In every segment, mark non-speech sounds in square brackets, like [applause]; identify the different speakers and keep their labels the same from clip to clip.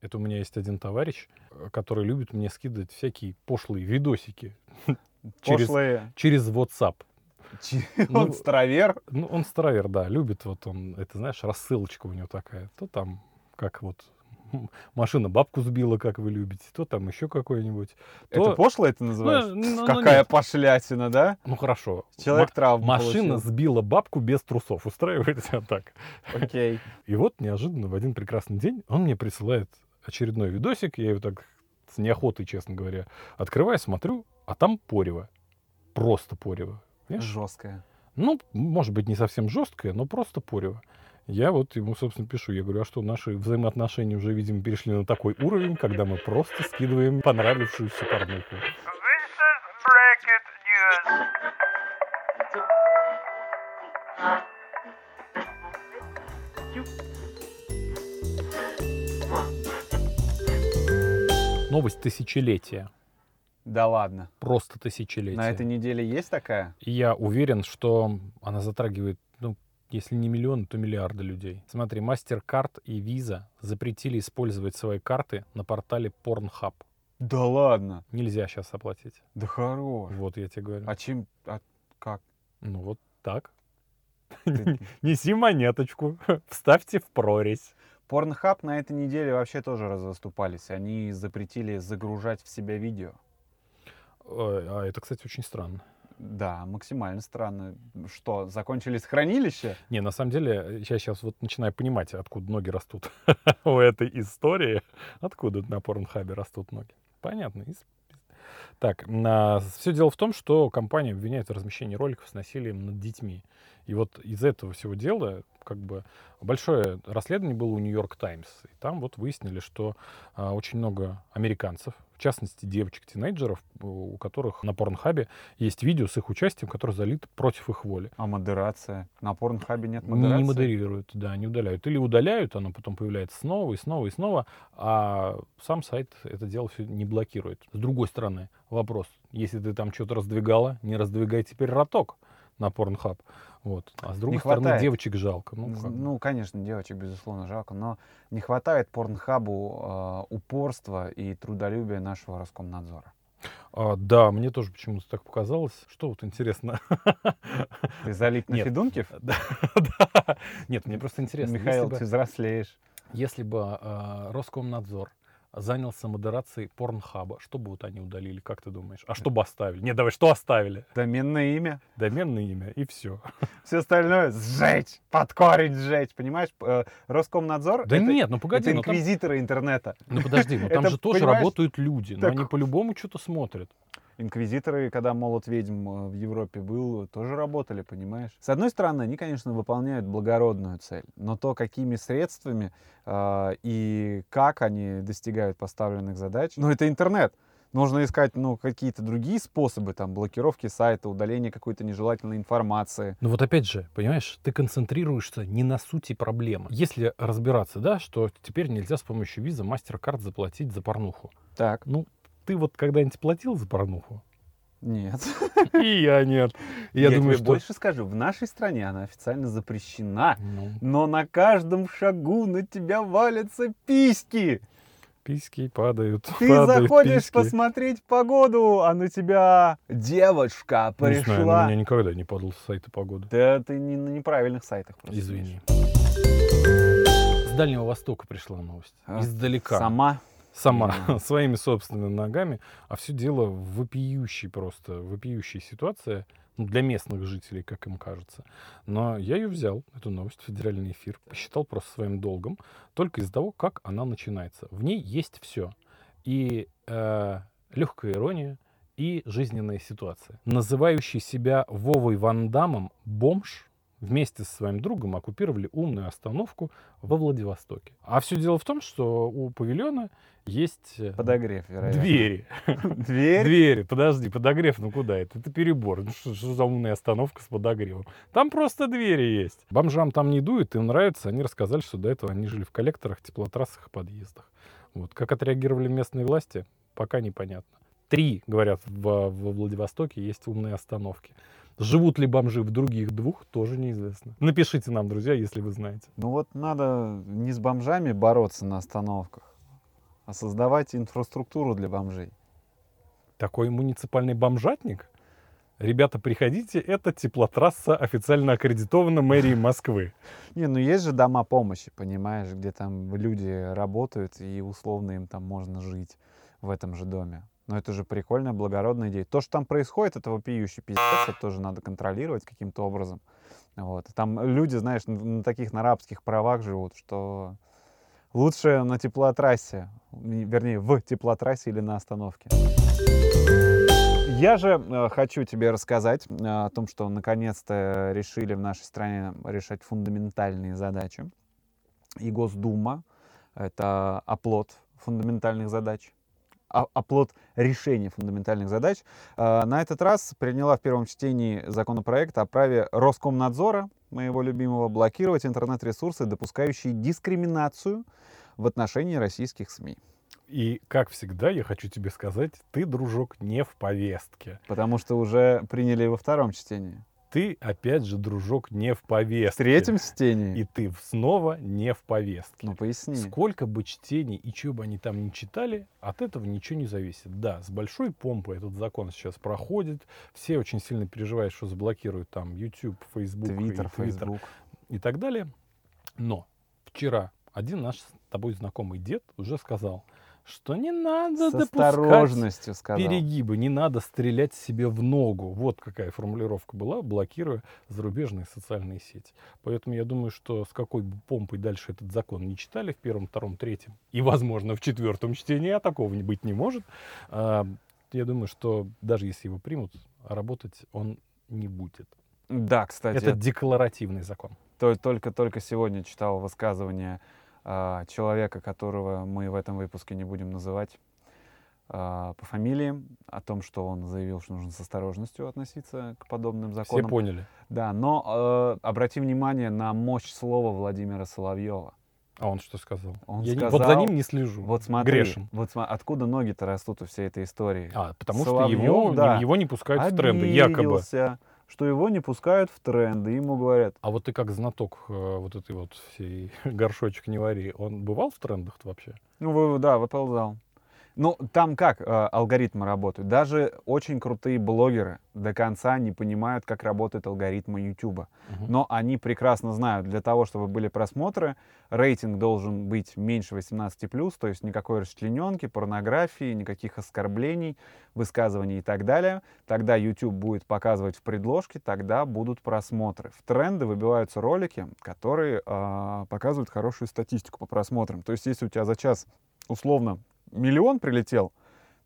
Speaker 1: Это у меня есть один товарищ, э, который любит мне скидывать всякие пошлые видосики через,
Speaker 2: Пошлые.
Speaker 1: через WhatsApp.
Speaker 2: [laughs] Чи-
Speaker 1: Ну,
Speaker 2: Он старовер.
Speaker 1: Ну, он старовер, да, любит вот он, это, знаешь, рассылочка у него такая. То там, как вот м, машина бабку сбила, как вы любите, то там еще какой-нибудь.
Speaker 2: Это
Speaker 1: то-
Speaker 2: пошло это называется?
Speaker 1: Ну, ну, ну,
Speaker 2: Какая
Speaker 1: нет.
Speaker 2: пошлятина, да?
Speaker 1: Ну, хорошо.
Speaker 2: Человек
Speaker 1: Ма-
Speaker 2: травму
Speaker 1: Машина
Speaker 2: получил.
Speaker 1: сбила бабку без трусов. Устраивает тебя так.
Speaker 2: Окей.
Speaker 1: И вот неожиданно в один прекрасный день он мне присылает очередной видосик. Я его так с неохотой, честно говоря, открываю, смотрю, а там порево. Просто порево. Понимаешь?
Speaker 2: Жесткая.
Speaker 1: Ну, может быть, не совсем жесткое, но просто порево. Я вот ему, собственно, пишу. Я говорю, а что, наши взаимоотношения уже, видимо, перешли на такой уровень, когда мы просто скидываем понравившуюся порнуху.
Speaker 3: This is Bracket News.
Speaker 1: Новость тысячелетия.
Speaker 2: Да ладно.
Speaker 1: Просто тысячелетия.
Speaker 2: На этой неделе есть такая?
Speaker 1: И я уверен, что она затрагивает, ну, если не миллион, то миллиарды людей. Смотри, MasterCard и Visa запретили использовать свои карты на портале Pornhub.
Speaker 2: Да ладно.
Speaker 1: Нельзя сейчас оплатить.
Speaker 2: Да хорош.
Speaker 1: Вот я тебе говорю.
Speaker 2: А чем... а как?
Speaker 1: Ну вот так. [laughs]
Speaker 2: Ты-
Speaker 1: Неси монеточку, [laughs] вставьте в прорезь.
Speaker 2: Порнхаб на этой неделе вообще тоже развыступались. Они запретили загружать в себя видео.
Speaker 1: Ой, А это, кстати, очень странно.
Speaker 2: Да, максимально странно. Что, закончились хранилища?
Speaker 1: Не, на самом деле, я сейчас вот начинаю понимать, откуда ноги растут [laughs] у этой истории. Откуда на порнхабе растут ноги. Понятно. из- Так, все дело в том, что компания обвиняет в размещении роликов с насилием над детьми. И вот из этого всего дела, как бы, большое расследование было у Нью-Йорк Таймс. И там вот выяснили, что а, очень много американцев, в частности, девочек-тинейджеров, у которых на порнхабе есть видео с их участием, которое залито против их воли.
Speaker 2: А модерация? На порнхабе нет модерации?
Speaker 1: Не модерируют, да, не удаляют. Или удаляют, оно потом появляется снова и снова и снова, а сам сайт это дело все не блокирует. С другой стороны, вопрос, если ты там что-то раздвигала, не раздвигай теперь роток на порнхаб. Вот. А с другой стороны,
Speaker 2: хватает.
Speaker 1: девочек жалко. Ну,
Speaker 2: Ну,
Speaker 1: как бы.
Speaker 2: конечно, девочек, безусловно, жалко, но не хватает порнхабу э, упорства и трудолюбия нашего Роскомнадзора.
Speaker 1: А, да, мне тоже почему-то так показалось. Что вот интересно? [laughs]
Speaker 2: Ты залип на
Speaker 1: Нет.
Speaker 2: Федункив?
Speaker 1: Да, да. Нет, мне просто интересно. если
Speaker 2: Михаил,
Speaker 1: бы-
Speaker 2: ты взрослеешь.
Speaker 1: Если бы а, Роскомнадзор занялся модерацией порнхаба, что бы вот они удалили, как ты думаешь? А что бы оставили? Нет, давай, что оставили?
Speaker 2: Доменное имя.
Speaker 1: Доменное имя и [laughs] все.
Speaker 2: Все остальное сжечь, под корень сжечь, понимаешь? Э, Роскомнадзор
Speaker 1: Да
Speaker 2: это,
Speaker 1: нет, ну погоди,
Speaker 2: это
Speaker 1: ну, там-
Speaker 2: инквизиторы интернета.
Speaker 1: ну подожди, [laughs] ну там
Speaker 2: Это,
Speaker 1: же тоже
Speaker 2: понимаешь,
Speaker 1: работают люди, но
Speaker 2: так-
Speaker 1: они по-любому что-то смотрят.
Speaker 2: Инквизиторы, когда молот ведьм э, в Европе был, тоже работали, понимаешь? С одной стороны, они, конечно, выполняют благородную цель, но то, какими средствами э, и как они достигают поставленных задач, ну, это интернет. Нужно искать, ну, какие-то другие способы, там, блокировки сайта, удаление какой-то нежелательной информации.
Speaker 1: Ну вот опять же, понимаешь, ты концентрируешься не на сути проблемы. Если разбираться, да, что теперь нельзя с помощью виза MasterCard заплатить за порнуху.
Speaker 2: Так,
Speaker 1: Ну, ты вот когда-нибудь платил за порнуху?
Speaker 2: нет.
Speaker 1: [laughs] И я нет. И я, думаю,
Speaker 2: тебе
Speaker 1: что...
Speaker 2: больше скажу, в нашей стране она официально запрещена,
Speaker 1: Ну,
Speaker 2: но на каждом шагу на тебя валятся письки.
Speaker 1: письки падают.
Speaker 2: Ты
Speaker 1: падают
Speaker 2: заходишь
Speaker 1: письки.
Speaker 2: посмотреть погоду, а на тебя девочка
Speaker 1: Не знаю, на
Speaker 2: пришла.
Speaker 1: меня никогда не падал с сайта погоды.
Speaker 2: Да ты не на неправильных сайтах просто.
Speaker 1: Извини.
Speaker 2: видишь.
Speaker 1: С Дальнего Востока пришла новость.
Speaker 2: А,
Speaker 1: Издалека.
Speaker 2: Сама.
Speaker 1: Сама. [laughs]
Speaker 2: Мгм.
Speaker 1: Своими собственными ногами. А все дело в вопиющей просто, вопиющей ситуации. Ну, для местных жителей, как им кажется. Но я ее взял, эту новость, в федеральный эфир. Посчитал просто своим долгом. Только из-за того, как она начинается. В ней есть все. И легкая ирония, и жизненная ситуация. Называющий себя Вовой Ван Дамом бомж вместе со своим другом оккупировали умную остановку во Владивостоке. А все дело в том, что у павильона есть э,
Speaker 2: Подогрев, вероятно.
Speaker 1: двери.
Speaker 2: [laughs] Дверь.
Speaker 1: Двери, подожди, подогрев, ну куда это? Это перебор. Ну что, что за умная остановка с подогревом? Там просто двери есть. Бомжам там не дует, им нравится. Они рассказали, что до этого они жили в коллекторах, теплотрассах и подъездах. Вот. Как отреагировали местные власти, пока непонятно. Три, говорят, во, во Владивостоке есть умные остановки. Живут ли бомжи в других двух, тоже неизвестно. Напишите нам, друзья, если вы знаете.
Speaker 2: Ну вот надо не с бомжами бороться на остановках, а создавать инфраструктуру для бомжей.
Speaker 1: Такой муниципальный бомжатник? Ребята, приходите, это теплотрасса, официально аккредитована мэрией Москвы.
Speaker 2: Не, ну есть же дома помощи, понимаешь, где там люди работают и условно им там можно жить в этом же доме. Но это же прикольная, благородная идея. То, что там происходит, это вопиющий пиздец, это тоже надо контролировать каким-то образом. Вот. Там люди, знаешь, на, на таких на арабских правах живут, что лучше на теплотрассе, м, вернее, в теплотрассе или на остановке. Я же э, хочу тебе рассказать э, о том, что наконец-то решили в нашей стране решать фундаментальные задачи. И Госдума — это оплот фундаментальных задач, а- оплот решения фундаментальных задач. Э, На этот раз приняла в первом чтении законопроект о праве Роскомнадзора, моего любимого, блокировать интернет-ресурсы, допускающие дискриминацию в отношении российских СМИ.
Speaker 1: И, как всегда, я хочу тебе сказать, ты, дружок, не в повестке.
Speaker 2: Потому что уже приняли во втором чтении.
Speaker 1: Ты, опять же, дружок, не в
Speaker 2: В
Speaker 1: повестке.
Speaker 2: третьем чтении?
Speaker 1: И ты снова не в повестке.
Speaker 2: Ну, поясни.
Speaker 1: Сколько бы чтений и чего бы они там ни читали, от этого ничего не зависит. Да, с большой помпой этот закон сейчас проходит. Все очень сильно переживают, что заблокируют там YouTube, Facebook, и
Speaker 2: Твиттер,
Speaker 1: Twitter
Speaker 2: Фейсбук.
Speaker 1: и так далее. Но вчера один наш с тобой знакомый дед уже сказал, что не надо
Speaker 2: С
Speaker 1: допускать
Speaker 2: осторожностью сказал.
Speaker 1: перегибы, не надо стрелять себе в ногу. Вот какая формулировка была, блокируя зарубежные социальные сети. Поэтому я думаю, что с какой бы помпой дальше этот закон не читали в первом, втором, третьем и, возможно, в четвертом чтении, а такого не быть не может, а, я думаю, что даже если его примут, работать он не будет.
Speaker 2: Да, кстати,
Speaker 1: Это декларативный закон.
Speaker 2: то- только-только сегодня читал высказывание а, человека, которого мы в этом выпуске не будем называть а, по фамилии, о том, что он заявил, что нужно с осторожностью относиться к подобным
Speaker 1: Все
Speaker 2: законам.
Speaker 1: поняли.
Speaker 2: Да, но э, обрати внимание на мощь слова Владимира Соловьева.
Speaker 1: А он что сказал?
Speaker 2: Он
Speaker 1: Я не- вот за
Speaker 2: сказал-
Speaker 1: ним не слежу.
Speaker 2: Вот смотри,
Speaker 1: Грешим.
Speaker 2: вот сма- откуда ноги-то растут у всей этой истории?
Speaker 1: А, потому
Speaker 2: Соловьев,
Speaker 1: что его,
Speaker 2: да.
Speaker 1: его не пускают в тренды, якобы.
Speaker 2: Обиделся, что его не пускают в тренды, ему говорят,
Speaker 1: А вот ты как знаток э, вот этой вот всей [laughs] горшочек не вари, он бывал в трендах вообще?
Speaker 2: ну вы- да, выползал. Ну, там как э, алгоритмы работают? Даже очень крутые блогеры до конца не понимают, как работают алгоритмы Ютуба.
Speaker 1: Мгм.
Speaker 2: Но они прекрасно знают, для того, чтобы были просмотры, рейтинг должен быть меньше 18+, то есть никакой расчлененки, порнографии, никаких оскорблений, высказываний и так далее. Тогда YouTube будет показывать в предложке, тогда будут просмотры. В тренды выбиваются ролики, которые а, показывают хорошую статистику по просмотрам. То есть если у тебя за час условно миллион прилетел,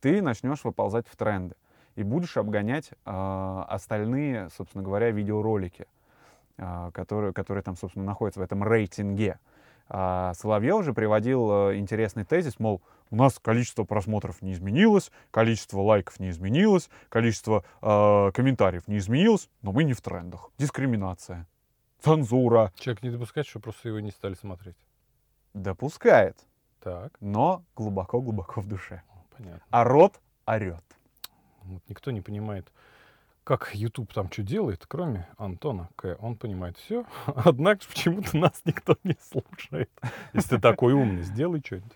Speaker 2: ты начнешь выползать в тренды и будешь обгонять а, остальные, собственно говоря, видеоролики а, которые, которые там, собственно, находятся в этом рейтинге. А Соловьев же приводил э, интересный тезис, мол, у нас количество просмотров не изменилось, количество лайков не изменилось, количество э, комментариев не изменилось, но мы не в трендах. Дискриминация, цензура
Speaker 1: Человек не допускает, что просто его не стали смотреть.
Speaker 2: допускает,
Speaker 1: Так,
Speaker 2: но глубоко-глубоко в душе.
Speaker 1: ну, понятно.
Speaker 2: А рот орет.
Speaker 1: Вот никто не понимает, как YouTube там что делает, кроме Антона К. Он понимает все, [laughs] однако ж почему-то нас никто не слушает. Если ты такой умный, сделай что-нибудь.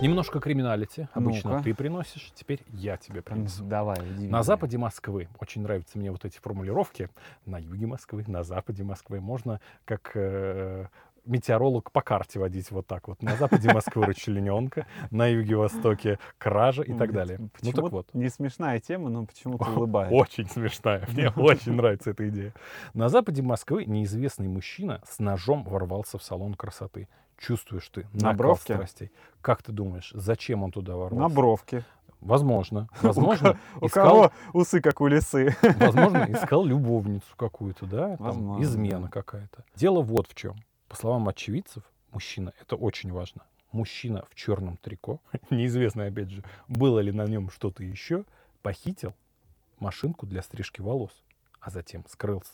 Speaker 1: Немножко криминалити. Обычно
Speaker 2: Ну-ка.
Speaker 1: ты приносишь, теперь я тебе принесу.
Speaker 2: Давай, удиви
Speaker 1: На
Speaker 2: меня.
Speaker 1: западе Москвы, очень нравятся мне вот эти формулировки, на юге Москвы, на западе Москвы, можно как э, метеоролог по карте водить вот так вот. На западе
Speaker 2: [laughs]
Speaker 1: Москвы расчлененка, на юге Востоке кража и так
Speaker 2: Блин,
Speaker 1: далее. Ну
Speaker 2: почему-
Speaker 1: так
Speaker 2: [laughs]
Speaker 1: вот.
Speaker 2: Не смешная тема, но
Speaker 1: [laughs]
Speaker 2: почему-то улыбается.
Speaker 1: Очень смешная.
Speaker 2: [laughs]
Speaker 1: Мне очень нравится эта идея. На западе Москвы неизвестный мужчина с ножом ворвался в салон красоты. Чувствуешь ты накал
Speaker 2: бровке?
Speaker 1: страстей. Как ты думаешь, зачем он туда ворвался?
Speaker 2: На бровке.
Speaker 1: Возможно. Возможно,
Speaker 2: [laughs] У
Speaker 1: искал-
Speaker 2: кого усы, как у лисы?
Speaker 1: Возможно, искал любовницу какую-то, да? Там
Speaker 2: Возможно,
Speaker 1: измена какая-то. Дело вот в чем. По словам очевидцев, мужчина, это очень важно, мужчина в черном трико, [laughs] неизвестно, опять же, было ли на нем что-то еще, похитил машинку для стрижки волос, а затем скрылся.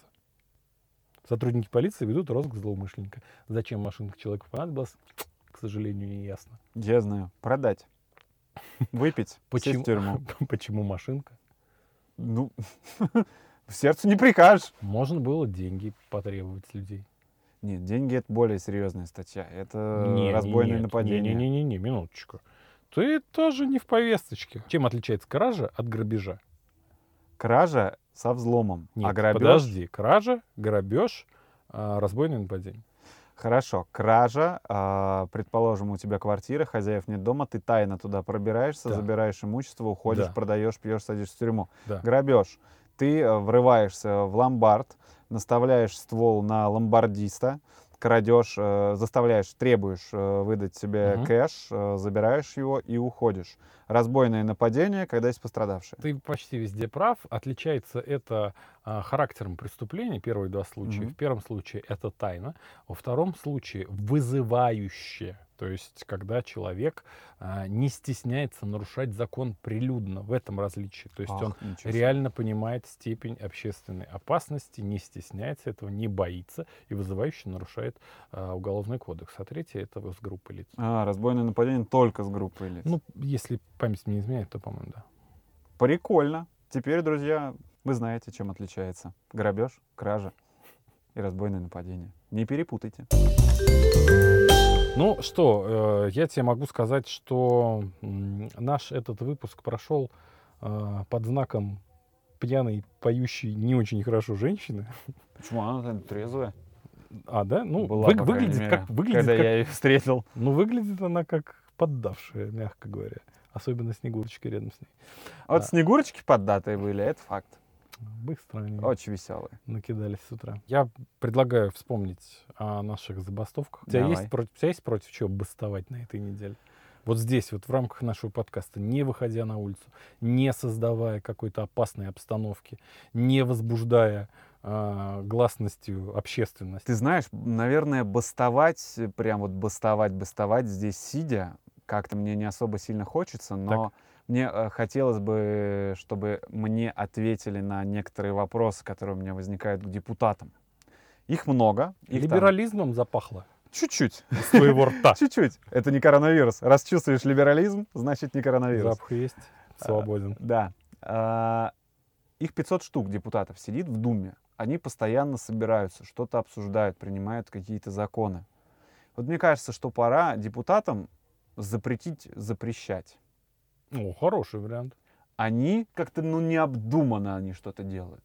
Speaker 1: Сотрудники полиции ведут розыск злоумышленника. Зачем машинка человеку понадобилась, к сожалению, не ясно. [laughs]
Speaker 2: Я знаю. Продать. [laughs] Выпить. Сесть
Speaker 1: Почему?
Speaker 2: в тюрьму.
Speaker 1: Почему машинка?
Speaker 2: Ну, [laughs] в сердце не прикажешь.
Speaker 1: Можно было деньги потребовать с людей.
Speaker 2: Нет, деньги это более серьезная статья. Это
Speaker 1: Не, не,
Speaker 2: разбойное
Speaker 1: нет.
Speaker 2: нападение.
Speaker 1: Не-не-не, минуточку. Ты тоже не в повесточке. Чем отличается кража от грабежа?
Speaker 2: Кража со взломом.
Speaker 1: Нет,
Speaker 2: а грабеж.
Speaker 1: подожди. Кража, грабеж, а, разбойное нападение.
Speaker 2: Хорошо, кража, а, предположим, у тебя квартира, хозяев нет дома, ты тайно туда пробираешься,
Speaker 1: Да.
Speaker 2: забираешь имущество, уходишь,
Speaker 1: Да.
Speaker 2: продаешь, пьешь, садишь в тюрьму.
Speaker 1: Да.
Speaker 2: Грабеж. Ты э, врываешься в ломбард, наставляешь ствол на ломбардиста, крадешь, э, заставляешь, требуешь э, выдать себе
Speaker 1: Мгм.
Speaker 2: кэш, э, забираешь его и уходишь. Разбойное нападение, когда есть пострадавшие.
Speaker 1: Ты почти везде прав. Отличается это а, характером преступления, первые два случая.
Speaker 2: Мгм.
Speaker 1: В первом случае это тайна, во втором случае вызывающее. То есть, когда человек а, не стесняется нарушать закон прилюдно, в этом различие. То есть, он
Speaker 2: Ах, ничего себе.
Speaker 1: реально понимает степень общественной опасности, не стесняется этого, не боится и вызывающе нарушает а, уголовный кодекс. А третье это вот с группы лиц.
Speaker 2: А, разбойное нападение только с группой лиц.
Speaker 1: Ну, если память не изменяет, то, по-моему, да.
Speaker 2: Прикольно. Теперь, друзья, вы знаете, чем отличается грабеж, кража и разбойное нападение. Не перепутайте.
Speaker 1: Ну что, э, я тебе могу сказать, что м, наш этот выпуск прошел э, под знаком пьяной, поющей не очень хорошо женщины.
Speaker 2: Почему она там трезвая?
Speaker 1: А, да? Ну,
Speaker 2: Была,
Speaker 1: выг-
Speaker 2: по крайней
Speaker 1: выглядит
Speaker 2: мере,
Speaker 1: как... Выглядит
Speaker 2: Когда
Speaker 1: как-
Speaker 2: я ее встретил.
Speaker 1: Ну, выглядит она как поддавшая, мягко говоря. Особенно Снегурочка рядом с ней.
Speaker 2: Вот
Speaker 1: Да.
Speaker 2: снегурочки поддатые были, это факт.
Speaker 1: Быстро они
Speaker 2: Очень веселые.
Speaker 1: накидались с утра. Я предлагаю вспомнить о наших забастовках. У тебя,
Speaker 2: Давай.
Speaker 1: есть против, у тебя есть против чего бастовать на этой неделе? Вот здесь, вот в рамках нашего подкаста, не выходя на улицу, не создавая какой-то опасной обстановки, не возбуждая а, гласностью общественность.
Speaker 2: Ты знаешь, наверное, бастовать, э, прям вот бастовать, бастовать здесь сидя, как-то мне не особо сильно хочется, но мне э, хотелось бы, э, чтобы мне ответили на некоторые вопросы, которые у меня возникают к депутатам. Их много. Их там
Speaker 1: Либерализмом запахло
Speaker 2: Чуть-чуть.
Speaker 1: из твоего рта.
Speaker 2: Чуть-чуть. Это не коронавирус. Раз чувствуешь либерализм, значит не коронавирус.
Speaker 1: Запах есть, свободен.
Speaker 2: Да. А, Их 500 штук депутатов сидит в Думе. Они постоянно собираются, что-то обсуждают, принимают какие-то законы. Вот мне кажется, что пора депутатам запретить запрещать.
Speaker 1: О, хороший вариант.
Speaker 2: Они как-то, ну, необдуманно они что-то делают.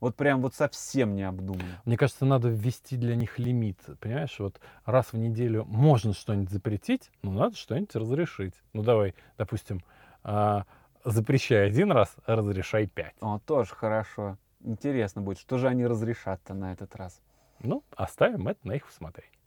Speaker 2: Вот прям вот совсем необдуманно.
Speaker 1: Мне кажется, надо ввести для них лимит. Понимаешь, вот раз в неделю можно что-нибудь запретить, но надо что-нибудь разрешить. Ну давай, допустим, а, запрещай один раз, а разрешай пять.
Speaker 2: О, тоже хорошо. Интересно будет, что же они разрешат-то на этот раз.
Speaker 1: Ну, оставим это на их усмотрение.